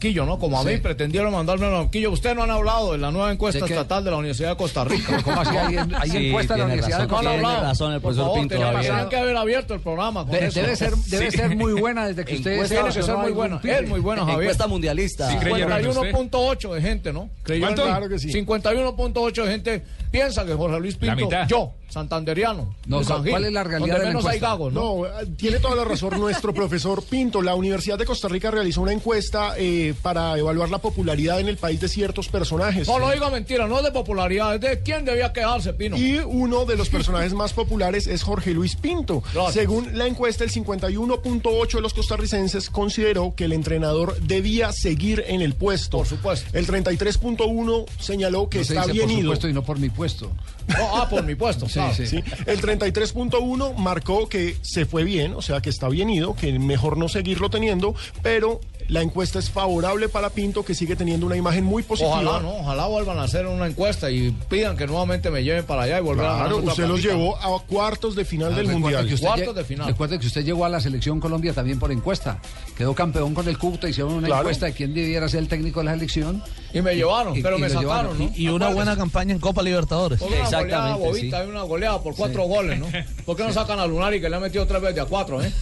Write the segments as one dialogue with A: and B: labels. A: Banquillo, ¿no? Como a mí
B: Sí.
A: pretendieron mandarme al banquillo. Ustedes no han hablado de la nueva encuesta
B: ¿De qué?
A: estatal de la Universidad de Costa Rica.
B: ¿Cómo así? Hay, hay
C: Sí,
B: encuesta en la
C: tiene
B: Universidad
A: No
B: de
C: razón.
A: han
B: Costa
C: Tiene
B: Rica.
A: hablado.
C: razón
A: Por
C: el profesor
A: favor,
C: Pinto
A: tenían-
C: Gabriel.
A: tenían que haber abierto el programa. con
B: De-
A: eso.
B: debe ser, debe
C: Sí.
B: ser muy buena desde que usted
C: Encuesta
B: estaba,
A: tiene que ser
B: ¿no?
A: muy
B: Hay un
A: buena.
B: Twitter.
A: Es muy buena, Javier.
C: Encuesta mundialista.
D: Sí, creo. creyeron en usted?
A: 51.8 de gente, ¿no? Creyeron-
D: ¿Cuánto?
A: Claro que sí. 51.8 de gente piensa que Jorge Luis
D: La
A: Pinto,
D: mitad.
A: yo, santanderiano,
B: No,
A: de San
B: ¿cuál
A: Gil,
B: es la realidad
A: donde
B: de la
A: menos hay
B: encuesta?
A: gagos, ¿no?
E: No, eh, tiene toda la razón nuestro profesor Pinto. La Universidad de Costa Rica realizó una encuesta eh, para evaluar la popularidad en el país de ciertos personajes.
A: No lo diga mentira, no es de popularidad, es de quién debía quejarse, Pino.
E: Y uno de los personajes más populares es Jorge Luis Pinto.
A: Gracias.
E: Según la encuesta, el 51.8 de los costarricenses consideró que el entrenador debía seguir en el puesto.
A: Por supuesto.
E: El 33.1 señaló que
B: No se
E: está
B: dice
E: bien
B: por
E: ido.
B: supuesto y no por mi puesto.
A: No, ah, por mi puesto, claro.
B: sí.
E: ¿sí? El 33.1 marcó que se fue bien, o sea que está bien ido, que mejor no seguirlo teniendo, pero la encuesta es favorable para Pinto, que sigue teniendo una imagen muy positiva.
A: Ojalá, ¿no? Ojalá vuelvan a hacer una encuesta y pidan que nuevamente me lleven para allá y volver a ganar
E: Claro,
A: otra
E: usted los
A: platica.
E: llevó a cuartos de final del
B: Recuerde
E: Mundial.
B: que usted
A: Cuartos
B: lle-
A: de final.
B: Recuerde que usted llegó a la selección Colombia también por encuesta. Quedó campeón con el Cúcuta, hicieron una
E: Claro.
B: encuesta de quién debiera ser el técnico de la selección.
A: Y me llevaron,
B: Y-
A: pero
B: y
A: me
B: lo
A: sacaron,
B: llevaron.
A: ¿no?
C: Y una buena campaña en Copa Libertadores.
A: Por una goleada
C: Exactamente,
A: bobita, hay una goleada por cuatro goles, ¿no? ¿Por qué no sacan a Lunari que le ha metido tres veces de a cuatro, eh?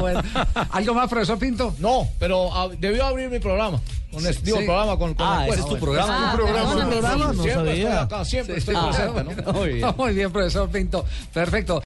B: Bueno, ¿Algo más, profesor Pinto?
A: No, pero ah, debió abrir mi programa. Con este, digo,
B: sí.
A: programa con, con
C: Ah, ese
A: encuesta.
C: es tu programa.
E: Ah, programa.
C: ¿Tu programa? No
A: Siempre estoy
C: sabía.
A: acá, siempre estoy
C: Ah,
A: presente, ¿no?
C: muy bien.
B: Muy bien, profesor Pinto. Perfecto.